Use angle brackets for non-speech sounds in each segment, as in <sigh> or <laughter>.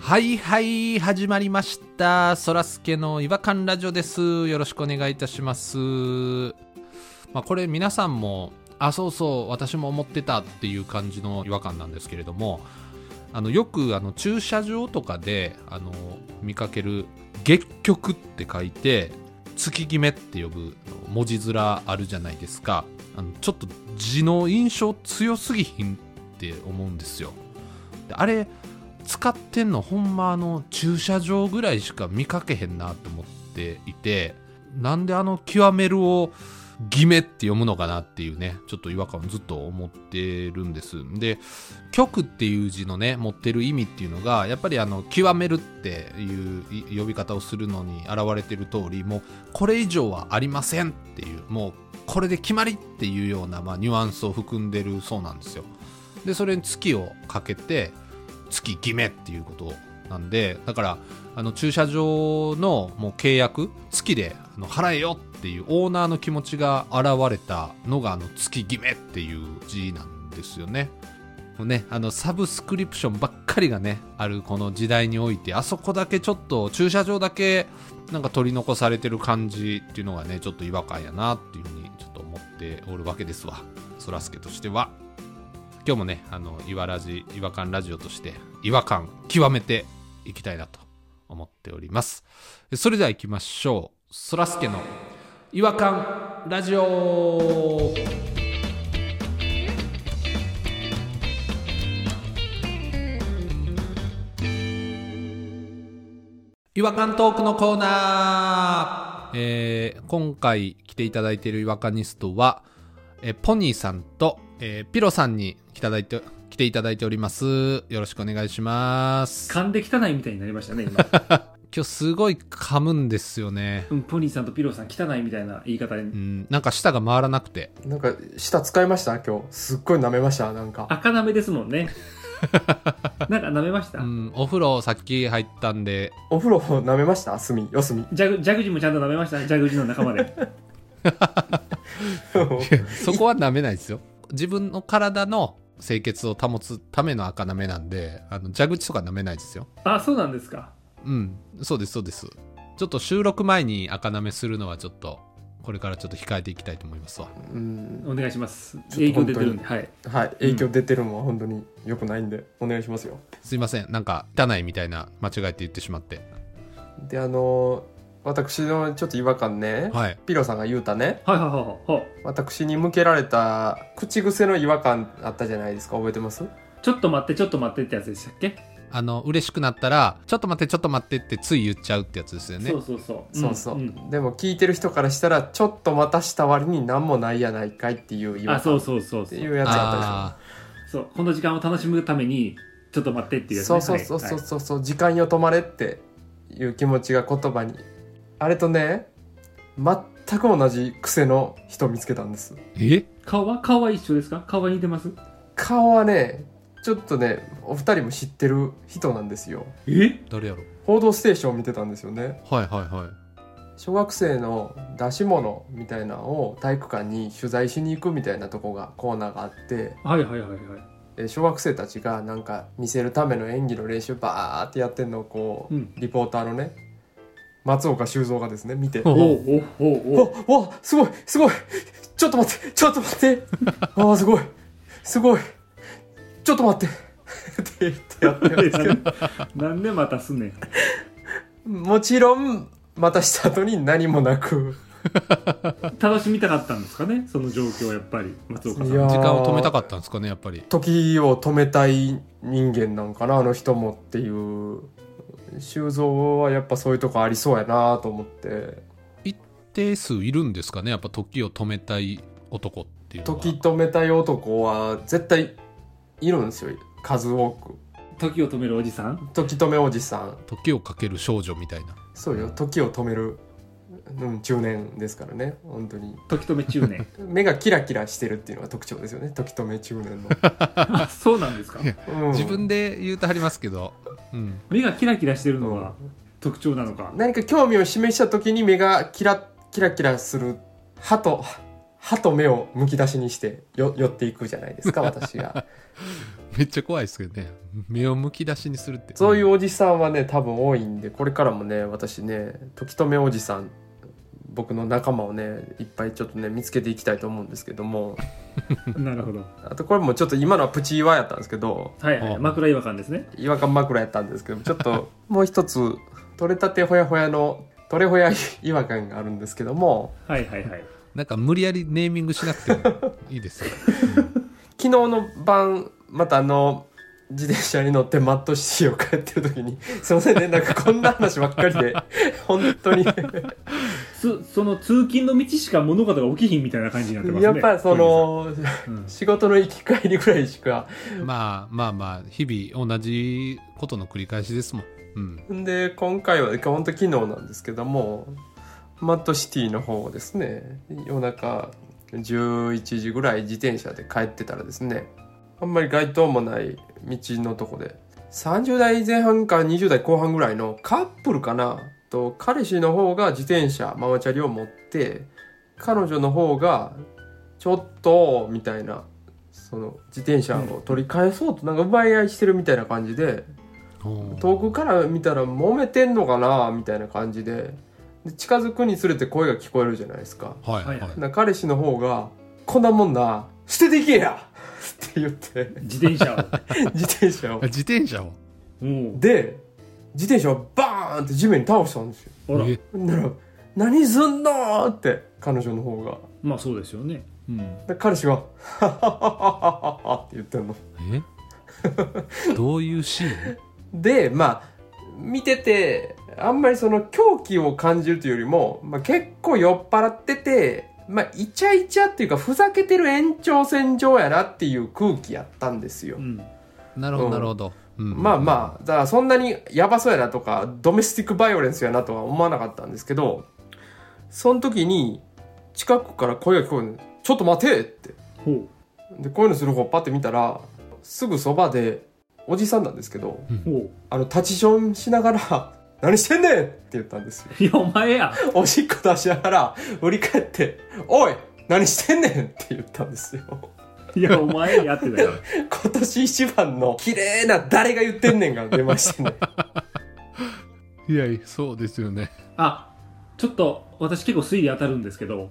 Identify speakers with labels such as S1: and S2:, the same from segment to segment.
S1: はいはい始まりましたそらすけの違和感ラジオですよろしくお願いいたしますまあこれ皆さんもあそうそう私も思ってたっていう感じの違和感なんですけれどもあのよくあの駐車場とかであの見かける「月曲」って書いて「月決め」って呼ぶあの文字面あるじゃないですかあのちょっと字の印象強すぎひんって思うんですよであれ使ってんのほんまあの駐車場ぐらいしか見かけへんなと思っていてなんであの極めるを決めって読むのかなっていうねちょっと違和感をずっと思ってるんですで「極」っていう字のね持ってる意味っていうのがやっぱりあの「極める」っていうい呼び方をするのに現れてる通りもうこれ以上はありませんっていうもうこれで決まりっていうような、まあ、ニュアンスを含んでるそうなんですよでそれに月をかけて月決めっていうことなんでだからあの駐車場のもう契約月であの払えよっていうオーナーの気持ちが現れたのがあの月決めっていう字なんですよね。もうね、あのサブスクリプションばっかりがねあるこの時代においてあそこだけちょっと駐車場だけなんか取り残されてる感じっていうのがねちょっと違和感やなっていうふうにちょっと思っておるわけですわそらすけとしては。今日もねあのいわらじ違和感ラジオとして違和感極めていきたいなと思っておりますそれでは行きましょうそらすけの違和感ラジオ違和感トークのコーナー、えー今回来ていただいている違和感ニストは、えーポニーさんと、えーピロさんに来ていただいて来ていただいておりますよろしくお願いします
S2: 噛んで汚いみたいになりましたね、今。
S3: <laughs>
S1: 今日すごい噛むんですよね
S2: うんポニーさんとピローさん、汚いみたいな言い方で
S1: う。んなんか舌が回らなくて
S3: なんか、舌使いました今日。すっごい舐めましたなんか。
S2: 赤舐めですもん
S3: <laughs>
S2: ね。なんか舐めました、
S1: うん、お風呂さっき入ったん
S3: <laughs>
S1: で、
S3: お風呂舐めました隅、四隅。
S2: ジャグジャグジもちゃんと舐めましたジャグジの仲間で。
S3: <laughs>
S1: そこは舐めないですよ。自分の体の清潔を保つための赤舐めなんで、あの蛇口とか舐めないですよ。
S2: あ、そうなんですか。
S1: うん、そうです、そうです。ちょっと収録前に赤舐めするのはちょっと、これからちょっと控えていきたいと思いますわ。
S3: うん。
S2: お願いします。
S3: ち
S2: 影
S3: ょっと
S2: 響出
S3: 本当に
S2: てるんで。はい。
S3: はい。影響出てるのは本当に良くないんで、お願いしますよ。
S1: すいません、なんか汚いみたいな間違えて言ってしまって。
S3: で、あのー私のちょっと違和感ね。
S1: はい。
S3: ピロさんが言うたね。
S2: はいはいはいはいはい。
S3: 私に向けられた口癖の違和感あったじゃないですか。覚えてます
S2: ちょっと待って、ちょっと待ってってやつでしたっけ、
S1: あの、嬉しくなったら、ちょっと待って、ちょっと待ってってつい言っちゃうってやつですよね
S2: そう。そうそう。
S3: そうそう、
S2: んん
S3: でも聞いてる人からしたら、ちょっとまたした割に何もないやないかいっていう違
S2: あ、
S3: 和
S2: そ
S3: 感
S2: う
S3: っ
S2: そうそうそ
S3: て
S2: う
S3: いうやつがあったでし
S1: あ
S2: そ
S3: ょ。
S2: う。この時間を楽しむために、ちょっと待ってっていうやつ、
S3: そ
S2: ね、
S3: うそうそうそう
S2: はい
S3: そうそう、時間よ止まれっていう気持ちが言葉にあれとね全く同じ癖の人を見つけたんです
S1: ーえ
S2: 顔は顔は一緒ですか顔は似てます
S3: 顔はねちょっとねお二人も知ってる人なんですよ
S2: え
S1: 誰やろ
S3: 「報道ステーション」を見てたんですよね
S1: はいはいはい。
S3: 小学生の出し物みたいなのを体育館に取材しに行くみたいなとこがコーナーがあって
S2: はいはいはいはい。
S3: え小学生たちがなんか見せるための演技の練習バーってやってんのをこう、
S2: うん
S3: リポーターのね松岡修造がですね見て
S1: お
S2: おおおおお
S3: わわすごいすごいちょっと待ってちょっと待ってあーすごいすごいちょっと待ってって言ってやってますけど
S2: なんでまたすんねん。
S3: もちろんまたした後に何もなく
S2: 楽しみたかったんですかねその状況をやっぱり松岡さん
S3: いや
S1: 時間を止めたかったんですかね、やっぱり。
S3: 時を止めたい人間なんかなあの人もっていう修造はやっぱそういうとこありそうやなと思って
S1: 一定数いるんですかねやっぱ時を止めたい男っていうのは
S3: 時止めたい男は絶対いるんですよ数多く
S2: 時を止めるおじさん
S3: 時止めおじさん
S1: 時をかける少女みたいな
S3: そうよ時を止める、うん、中年ですからね本当に
S2: 時止め中年
S3: 目がキラキラしてるっていうのが特徴ですよね時止め中
S1: <laughs>
S3: 年の、
S2: あそうなんですか
S1: いや
S3: うん
S1: 自分で言うてはりますけど、うん、
S2: 目がキラキラしてるのが特徴なのか
S3: 何か興味を示した時に目がキラキラキラする
S1: <laughs>
S3: 歯と歯と目をむき出しにしてよ寄っていくじゃないですか私が
S1: めっちゃ怖いですけどね目をむき出しにするって
S3: そういうおじさんはね多分多いんでこれからもね私ね時止めおじさん僕の仲間をねいっぱいちょっとね見つけていきたいと思うんですけども
S2: なるほど。
S3: あとこれもちょっと今のはプチ岩やったんですけど
S2: はいは
S1: あ
S2: い。枕違和感ですね。
S3: 違和感枕やったんですけどちょっともう一つ取れたてほやほやの取れほや違和感があるんですけども
S2: はいはいはい。
S1: なんか無理やりネーミングしなくてもいいですよ <laughs>
S3: 昨日の晩またあの自転車に乗ってマットシティを帰ってる時に <laughs> すいませんねなんかこんな話ばっかりで本当に
S2: つその通勤の道しか物事が起きひんみたいな感じになってますね。
S3: やっぱりその
S2: 小泉
S3: 仕事の行き帰りぐらいしか
S1: まあまあまあ日々同じことの繰り返しですもん、うん、
S3: んで今回は本当昨日なんですけどもマットシティの方をですね夜中11時ぐらい自転車で帰ってたらですねあんまり街灯もない道のとこで30代前半か20代後半ぐらいのカップルかなと彼氏の方が自転車ママチャリを持って彼女の方がちょっとみたいなその自転車を取り返そうとなんか奪い合いしてるみたいな感じで。
S1: おー
S3: 遠くから見たら揉めてんのかなみたいな感じでで近づくにつれて声が聞こえるじゃないですか
S1: はいはい、
S2: はい
S3: だから彼氏の方が「こんなもんな捨てていけや!」って言って
S2: <laughs> うん自転車を。
S3: 自転車を
S1: あ自転車を
S2: うん
S3: で自転車をバーンって地面に倒したんですよ
S2: あら
S1: え、
S3: ほんなら「何すんの!」って彼女の方が
S2: まあそうですよね。
S1: うん、
S3: で彼氏が「ハハハハハハ」って言ってんの <laughs>
S1: えどういうシーン
S3: でまあ見ててあんまりその狂気を感じるというよりも、まあ、結構酔っ払ってて、まあ、イチャイチャっていうかふざけてる延長線上やなっていう空気やったんですよ
S2: う。ん。
S1: なるほ
S3: う
S1: ど
S3: ん
S1: なるほど、うん
S3: まあまあだからそんなにやばそうやなとかドメスティックバイオレンスやなとは思わなかったんですけどその時に近くから声が聞こえる「ちょっと待て!」って
S2: ほ
S3: でこういうのする方パッて見たらすぐそばでおじさんなんですけど
S2: う。ほ
S3: あの、立ちションしながら、 <laughs> 何してんねんって言ったんですよ。
S2: う。いや、お前や。
S3: おしっこ出しながら、振り返って、おい何してんねんって言ったんですよ。 <laughs>
S2: いや、お前やってたよ。
S3: 今年一番の綺麗な誰が言ってんねんが出ましたね。
S1: いやいやそうですよね <laughs>
S2: あ、ちょっと、私結構推理当たるんですけど、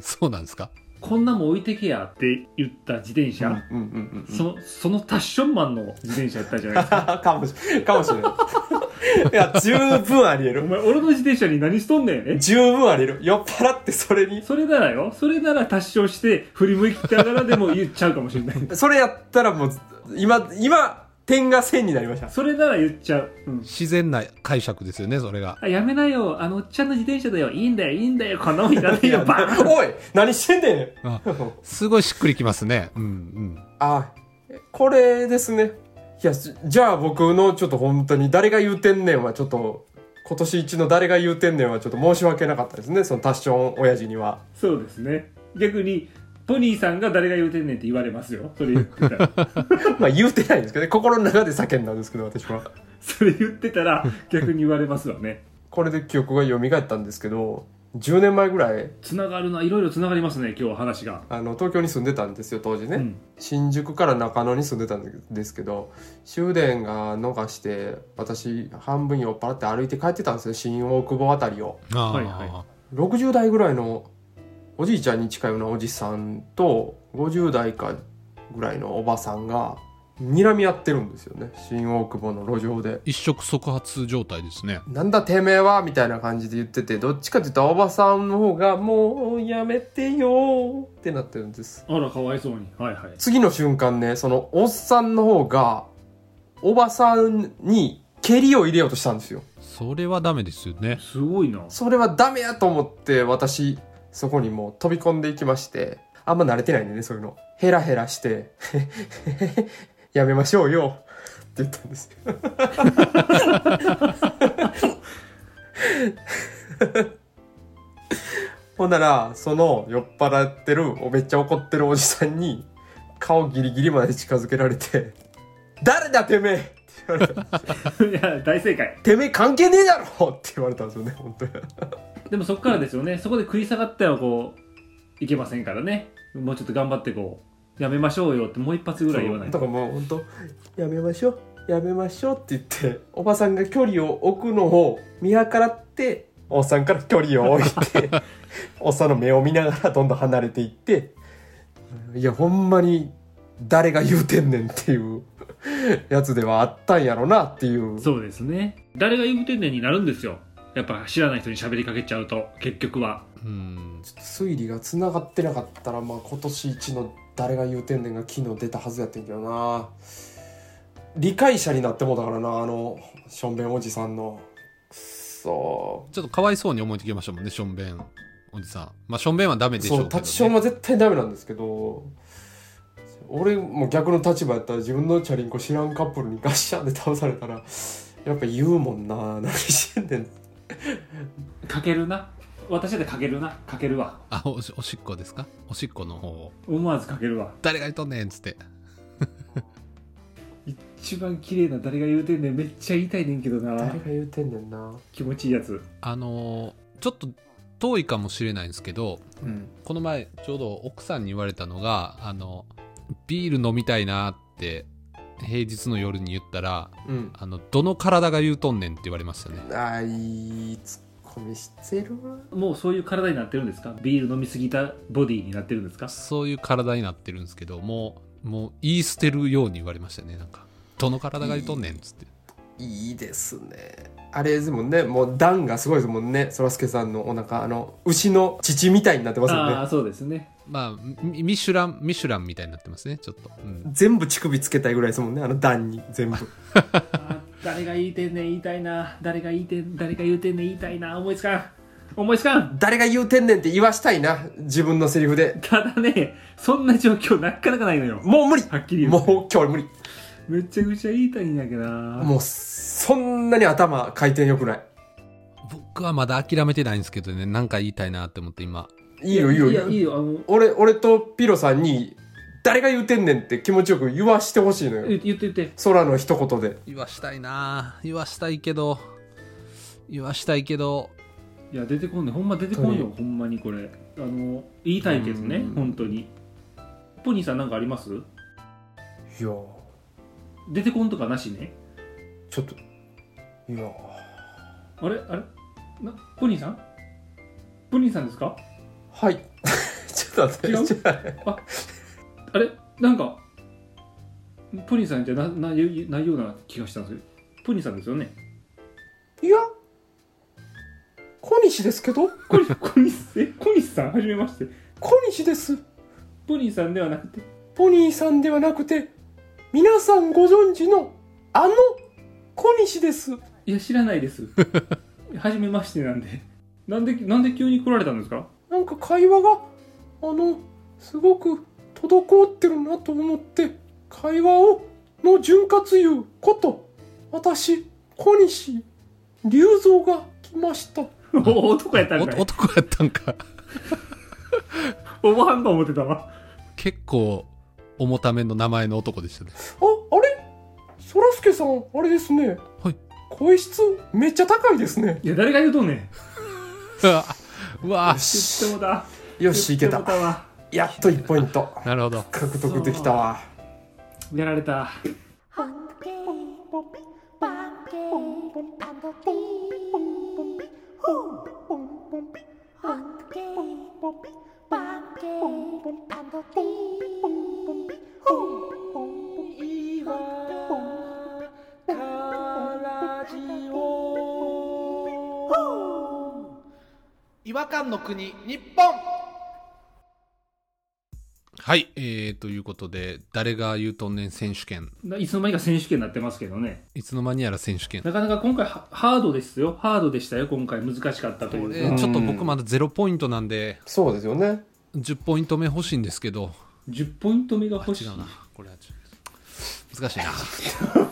S1: そうなんですか
S2: こんなもん置いてけやって言った自転
S3: <laughs> うんう
S2: 車、
S3: んうん <laughs> うん。
S2: その、そのタッションマンの自転車やったじゃないですか。 <laughs>
S3: かもし、か <laughs> もしれない。いや、十分あり得
S2: お
S3: る。
S2: 前、俺の自転車に何しとんねん。え
S3: 十分あり得る。酔っ払ってそれに。
S2: それならよ、それなら達成して、振り向いたからでも言っちゃうかもしれない。
S3: それやったらもう、今、今、点が線になりました。
S2: それなら言っちゃう。うん。
S1: 自然な解釈ですよねそれが
S2: あ、やめなよ、あのおっちゃんの自転車だよ、いいんだよ、いいんだよ、このいらねえ
S3: <laughs> いや
S2: よ、バーン
S3: おい何してん <laughs> ね
S1: あ
S3: ん
S1: すごいしっくりきますねうん
S3: あ、これですね。いや、じじゃあ僕のちょっと本当に誰が言うてんねんはちょっと、今年一の誰が言うてんねんはちょっと申し訳なかったですね。そのタッション親父には。 <laughs>
S2: そうですね。逆に、ポニーさんが誰が言うてんねんって言われますよ。それ言ってた
S3: <laughs>
S2: ら。
S3: まあ言うてないんですけどね。心の中で叫んだんですけど、私は。
S2: それ言ってたら、逆に言われますわね。
S3: これで記憶が蘇ったんですけど、10年前ぐらい、
S2: つながるな、いろいろつながりますね、今日話が。
S3: あの、東京に住んでたんですよ、当時ね。
S2: うん。
S3: 新宿から中野に住んでたんですけど終電が逃して私半分酔っ払って歩いて帰ってたんですよ新大久保あたりを
S1: うんああ、
S2: はいは
S3: 60代ぐらいのおじいちゃんに近いようなおじさんと50代かぐらいのおばさんが睨み合ってるんですよね新大久保の路上で
S1: 一触即発状態ですね
S3: 「なんだてめえは」みたいな感じで言っててどっちかって言ったらおばさんの方が「もうやめてよ」ってなってるんです
S2: あら、かわいそうに。はいはい。
S3: 次の瞬間ねそのおっさんの方がおばさんに蹴りを入れようとしたんですよ
S1: それはダメですよね
S2: すごいな。
S3: それはダメやと思って私そこにもう飛び込んでいきましてあんま慣れてないんでねそういうのヘラヘラして <laughs> 「やめましょうよ」って言ったんですよほんならその酔っ払ってるめっちゃ怒ってるおじさんに顔ギリギリまで近づけられて「誰だてめえ!」って言われ
S2: <laughs>
S3: た
S2: いや、大正解。
S3: 「てめえ関係ねえだろ!」って言われたんですよね本当に。
S2: でもそこからですよね。そこで食い下がってはこう、いけませんからね。もうちょっと頑張ってこう、やめましょうよってもう一発ぐらい言わない
S3: だ
S2: と
S3: からもう本当やめましょうやめましょうって言っておばさんが距離を置くのを見計らっておっさんから距離を置い
S2: <laughs>
S3: ておっさんの目を見ながらどんどん離れていっていやほんまに誰が言うてんねんっていうやつではあったんやろなっていう
S2: そうですね誰が言うてんねんになるんですよやっぱ知らない人に喋りかけちゃうと結局は
S1: うん
S3: ちょっと推理がつながってなかったら、まあ、今年一の「誰が言うてんねん」が昨日出たはずやってんけどな理解者になってもだからなあのしょんべんおじさんのくそ
S1: ちょっとかわいそうに思えてきましたもんねしょんべんおじさんまあしょんべんはダメでしょう
S3: そう
S1: けど、
S3: 立
S1: ね、
S3: ちションは絶対ダメなんですけど俺も逆の立場やったら自分のチャリンコ知らんカップルにガッシャンで倒されたらやっぱ言うもんな何してんねん
S2: かけるな私だってかけるなかけるわ
S1: あおしおしっこですかおしっこの方を
S2: 思わずかけるわ
S1: 誰が言っとんねんっつって
S2: 一番綺麗な誰が言うてんねんめっちゃ言いたいねんけど
S3: 誰が
S2: な
S3: 言うてんねんな
S2: 気持ちいいやつ
S1: あのーちょっと遠いかもしれないんですけど
S3: うん
S1: この前ちょうど奥さんに言われたのがあのビール飲みたいなって平日の夜に言ったら
S3: うん
S1: あのどの体が言うとんねんって言われましたね
S3: あーいいツッコミしてるわ
S2: もうそういう体になってるんですかビール飲みすぎたボディになってるんですか
S1: そういう体になってるんですけどもうもう言い捨てるように言われましたねなんかどの体が言うとんねんっつって
S3: いいですねあれですもんねもう段がすごいですもんねそらすけさんのお腹あの牛の乳みたいになってます
S2: あ
S3: よ
S2: あ
S3: ね
S2: そうですね
S1: まあミミシュランミシュランみたいになってますねちょっと、うん
S3: 全部乳首つけたいぐらいですもんねあの段に全部
S2: あー誰が言いてんねん言いたいな誰が言いてん誰が言うてんねん言いたいな思いつかん思いつかん
S3: 誰が言うてんねんって言わしたいな自分のセリフで
S2: ただねそんな状況なかなかないのよ
S3: もう無理
S2: はっきり言
S3: もう
S2: う
S3: 今日は無理
S2: めっちゃくちゃ言いたいんやけどな
S3: もうそんなに頭回転良くない
S1: 僕はまだ諦めてないんですけどねなんか言いたいなって思って今
S3: いいよいいよいい
S2: や
S3: よ
S2: いいよあの
S3: 俺俺とピロさんに誰が言うてんねんって気持ちよく言わしてほしいのよ
S2: 言言って言って
S3: 空の一言で
S1: 言わしたいな言わしたいけど言わしたいけど
S2: いや出てこんねほんま出てこんよ
S3: 本
S2: ほんまにこれあの言いたいけどね
S3: うん
S2: 本当にポニーさんなんかあります
S3: いや
S2: 出てこんとかなしね
S3: ちょっといや
S2: あれあれなポニーさんポニーさんですか
S3: はい <laughs> ちょっと
S2: 違う
S3: 待って
S2: あれなんかポニーさんじゃななないないような気がしたんですけどポニーさんですよね
S3: いや小西ですけど
S2: コニコ <laughs> ニえコニーさんはじめまして
S3: 小西です
S2: ポニーさんではなくて
S3: ポニーさんではなくて皆さんご存知のあの小西です
S2: いや知らないです <laughs> はじめましてなんでなんでなんで急に来られたんですか
S3: なんか会話があのすごく滞ってるなと思って会話をの潤滑油こと私小西龍造が来ました
S2: お男やったんかい
S1: お男やったんか
S2: おばはんか思ってたわ
S1: 結構重ための名前の男でしたね
S3: あ、あれそらすけさん、あれですね。
S1: はい。
S3: 声質、めっちゃ高いですね。
S2: いや誰が言うとんね
S1: う
S2: ん
S1: わうわ
S2: 知ってもだ
S3: よし、いけた。
S2: わ
S3: やっと1ポイント。
S1: なるほど
S3: 獲得できたわ。
S2: やられた
S4: Hunky,
S5: 違和感の国日本
S1: はいえー、ということで誰が言うとんねん選手権
S2: いつの間にか選手権になってますけどね
S1: いつの間にやら選手権
S2: なかなか今回はハードですよハードでしたよ今回難しかったと
S1: こ
S2: いう
S1: れ
S3: うん
S1: ちょっと僕まだ0ポイントなんで
S3: そうですよね。
S1: 10ポイント目欲しいんですけど
S2: 10ポイント目が
S1: あ
S2: 欲し
S1: 違
S2: いう
S1: なこれはちょっと難しいな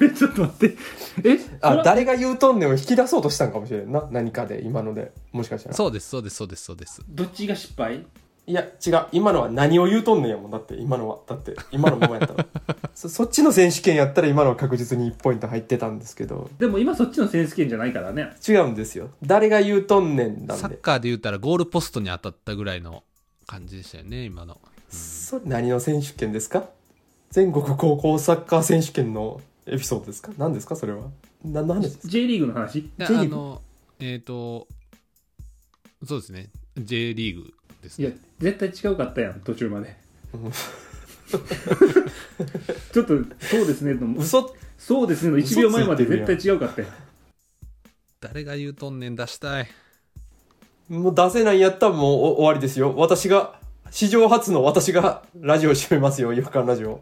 S2: えちょっと待ってえそ
S3: あ
S2: ら、
S3: 誰が言うとんねんを引き出そうとしたんかもしれんな。何かで、今ので。もしかしたら。
S1: そうですそうですそうですそうです
S2: どっちが失敗
S3: いや、違う。今のは何を言うとんねんやもん。だって、今のは。だって、今のままやった <laughs> ら。そそっちの選手権やったら、今のは確実に1ポイント入ってたんですけど。
S2: でも今そっちの選手権じゃないからね
S3: 違うんですよ。誰が言うとんねんな
S1: サ
S3: ん
S1: ッ
S3: で。
S1: カーで言ったらゴールポストに当たったぐらいの感じでしたよね今の
S3: それ何の選手権ですか全国高校サッカー選手権のエピソードですか何ですかそれはな何ですか
S2: J リーグの話
S1: であ
S3: J リーグ
S1: のえっ、とそうですね J リーグです
S2: いや
S1: ね
S2: 絶対違うかったやん途中まで <laughs>
S3: うん
S2: ちょっとそうですねの
S3: 嘘
S2: そうですねの1秒前まで
S3: 嘘ついてるや
S2: 絶対違
S3: ん
S2: うかったやん
S1: 誰が言うとんねん出したい
S3: もう出せないんやったらもうお終わりですよ私が史上初の私がラジオ締めますよ夜間ラジオ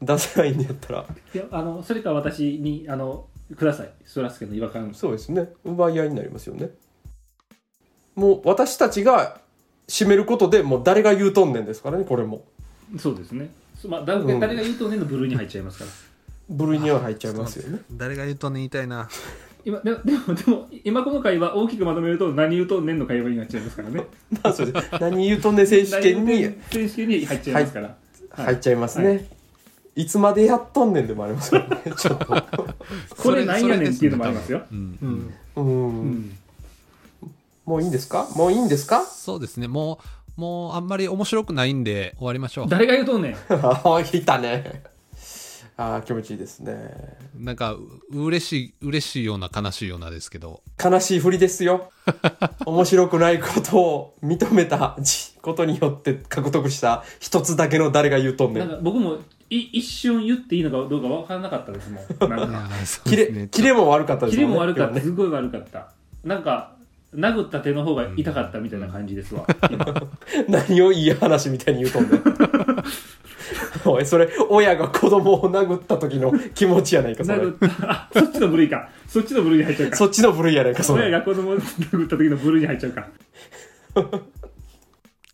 S3: 出せないんやったら
S2: いやあのそれか私にあのくださいそらすけの違和感
S3: そうですね奪い合いになりますよねもう私たちが締めることでもう誰が言うとんねんですからねこれも
S2: そうですねそまあだ
S3: うん
S2: 誰が言うとねの部類に入っちゃいますから
S3: 部類には入っちゃいますよね
S1: 誰が言うとんねん言いたいな
S2: 今でもでもでも今この会話大きくまとめると何言うとんねんの会話になっちゃいますからね
S3: <laughs> まあそれで何言うとんねん選手権
S2: 何
S3: に
S2: 言うとんねん選手権に入っちゃいますから、
S3: 入っちゃいますね、、
S2: はい
S3: つまでやっとんねんでもありますからねちょっ <laughs> と
S2: これなんやねんっていうのもありますよ
S1: それですね多分うん
S2: う
S3: うん、うん、
S2: ん
S3: もういいんですかもういいんですか
S1: そうですねもうもうあんまり面白くないんで終わりましょう
S2: 誰が言うとんねん
S3: あ <laughs> いたねああ気持ちいいですね
S1: なんかう嬉しい嬉しいような悲しいようなですけど
S3: 悲しい振りですよ
S2: <laughs>
S3: 面白くないことを認めたじことによって獲得した一つだけの誰が言うとんね
S2: なん
S3: ん
S2: か僕もい一瞬言っていいのかどうか分からなかったですも
S3: <laughs>
S2: んなん
S1: いや
S2: か
S1: ーそう
S3: キ
S1: です
S3: レ
S1: ね
S3: キレも悪かったです
S2: キ
S3: も
S2: レ
S3: んね
S2: も悪かった
S3: 今日ね
S2: すごい悪かったなんか殴った手の方が痛かったみたいな感じです
S3: <laughs>
S2: わ、今
S3: 何をいい話みたいに言うとん
S2: <laughs>
S3: ねんおいそれ親が子供を殴った時の気持ちやないかそれ
S2: 殴ったあそっちの部類かそっちの部類に入っちゃうか
S3: そっちの部類やないかそ
S2: 親
S3: れ
S2: が子供を殴った時の部類に入っちゃうか
S1: <laughs>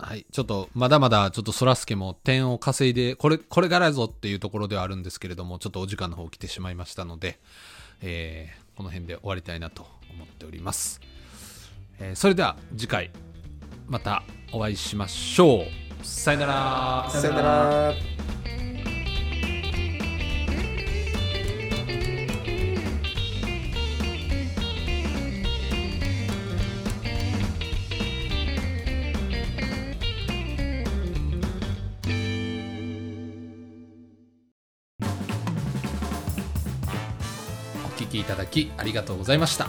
S1: はいちょっとまだまだちょっとそらすけも点を稼いでこれこれからぞっていうところではあるんですけれどもちょっとお時間の方来てしまいましたので、えーこの辺で終わりたいなと思っております、えーそれでは次回またお会いしましょうさよなら
S3: さよなら
S1: お聞きいただきありがとうございました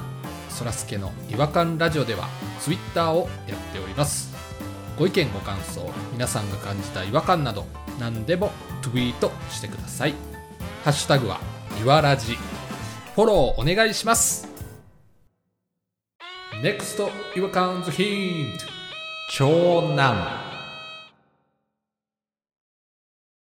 S1: そらすけの違和感ラジオではツイッターをやっておりますご意見ご感想皆さんが感じた違和感など何でもツイートしてくださいハッシュタグはいわらじフォローお願いします NEXT 違和感ズヒント長男